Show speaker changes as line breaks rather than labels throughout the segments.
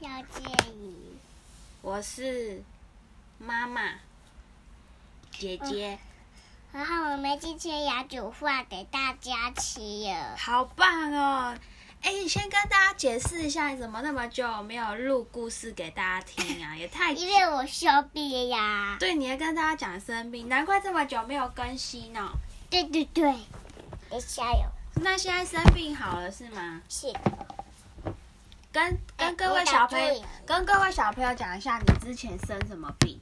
要见你。
我是妈妈姐姐，
然后我们今天要煮饭给大家吃了。
好棒哦！哎，先跟大家解释一下，你怎么那么久没有录故事给大家听 啊？也太
因为我生病呀。
对，你要跟大家讲生病，难怪这么久没有更新哦。
对对对，等一下有
那现在生病好了是吗？
哎是
跟
哎
跟各
我
位
打
小朋
注
友
意，
跟各位小朋友讲一下，你之前生什么病？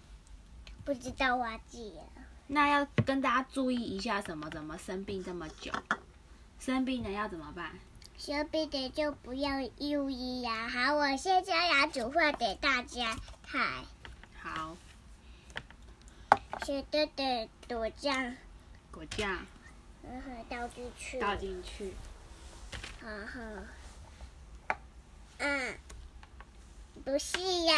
不知道忘记了。
那要跟大家注意一下什么？怎么生病这么久？生病了要怎么办？
生病的就不要忧郁呀。好，我现在要煮饭给大家看。
好，
学的的果酱，
果酱
然后嗯倒进去。
倒进去，
然后，嗯，不是呀，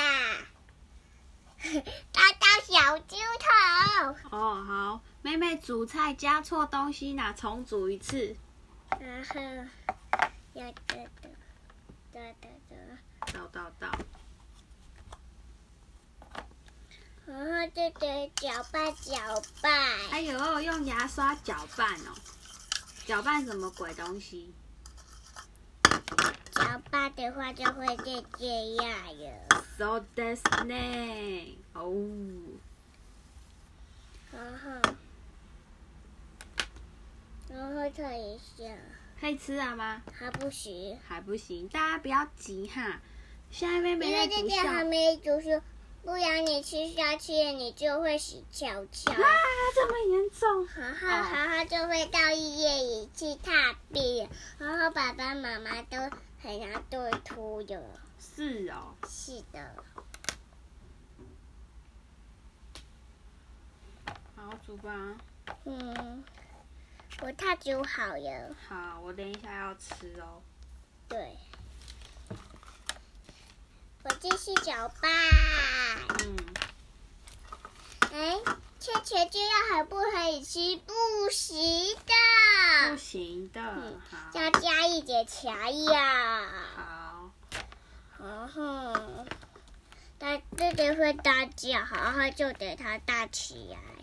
大大小猪头，
哦，好，妹妹煮菜加错东西啦，重煮一次。
然后要哒哒哒哒哒，
倒倒倒，
然后这个搅拌搅拌，
哎呦，用牙刷搅拌哦，搅拌什么鬼东西？
搅拌的话就会变这样了。
So this name 哦，
然后，然后这一下
可以吃了吗？
还不行，
还不行，大家不要急哈。现在妹妹
因为
在
这
煮
边还
校。
没煮熟，不然你吃下去你就会死翘翘。
啊，这么严重！
然后，然后就会到医院里去探病，然后爸爸妈妈都很难对付的。
是哦，
是的，
好煮吧。
嗯，我太煮好了，
好，我等一下要吃哦。
对，我继续搅拌。
嗯，
哎，切茄这样还不可以吃，不行的啊
不，行的。嗯
嗯
好，
要加一点调料。
好，
然后，它这个会打结，然后就给它搭起来。